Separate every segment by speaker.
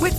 Speaker 1: With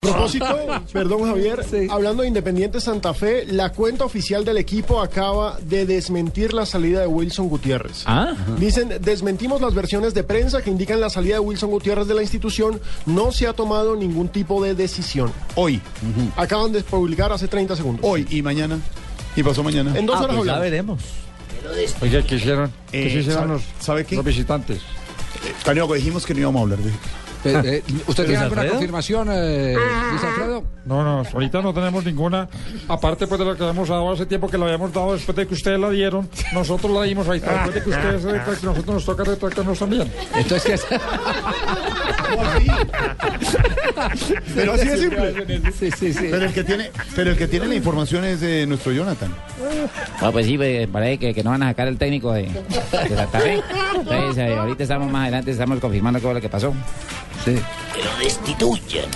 Speaker 2: propósito, perdón Javier, hablando de Independiente Santa Fe, la cuenta oficial del equipo acaba de desmentir la salida de Wilson Gutiérrez. Dicen, desmentimos las versiones de prensa que indican la salida de Wilson Gutiérrez de la institución, no se ha tomado ningún tipo de decisión.
Speaker 3: Hoy,
Speaker 2: Acaban de publicar hace 30 segundos.
Speaker 3: hoy y mañana. Y pasó mañana.
Speaker 2: En dos horas
Speaker 4: pues ya
Speaker 2: hablamos.
Speaker 4: veremos. Oiga, ¿qué hicieron? ¿Qué
Speaker 3: Eh,
Speaker 4: hicieron
Speaker 3: ¿sabe-
Speaker 4: los,
Speaker 3: sabe qué?
Speaker 4: los visitantes?
Speaker 3: Carioca, dijimos que no íbamos a hablar de.
Speaker 5: Eh, eh, ¿Usted tiene alguna
Speaker 4: Alfredo?
Speaker 5: confirmación, eh, Luis Alfredo?
Speaker 4: No, no, ahorita no tenemos ninguna. Aparte pues de la que habíamos dado hace tiempo que la habíamos dado después de que ustedes la dieron, nosotros la dimos ahí. Después de que ustedes se retracten, nosotros nos toca retractarnos también.
Speaker 5: Entonces, ¿qué es?
Speaker 3: Pero así es simple.
Speaker 5: Sí, sí, sí.
Speaker 3: Pero el que tiene, pero el que tiene la información es eh, nuestro Jonathan.
Speaker 6: Ah, pues sí, pues, parece que, que no van a sacar el técnico de, de Santa Fe. Entonces, eh, ahorita estamos más adelante, estamos confirmando qué fue lo que pasó.
Speaker 5: sí.
Speaker 7: que lo destituyan.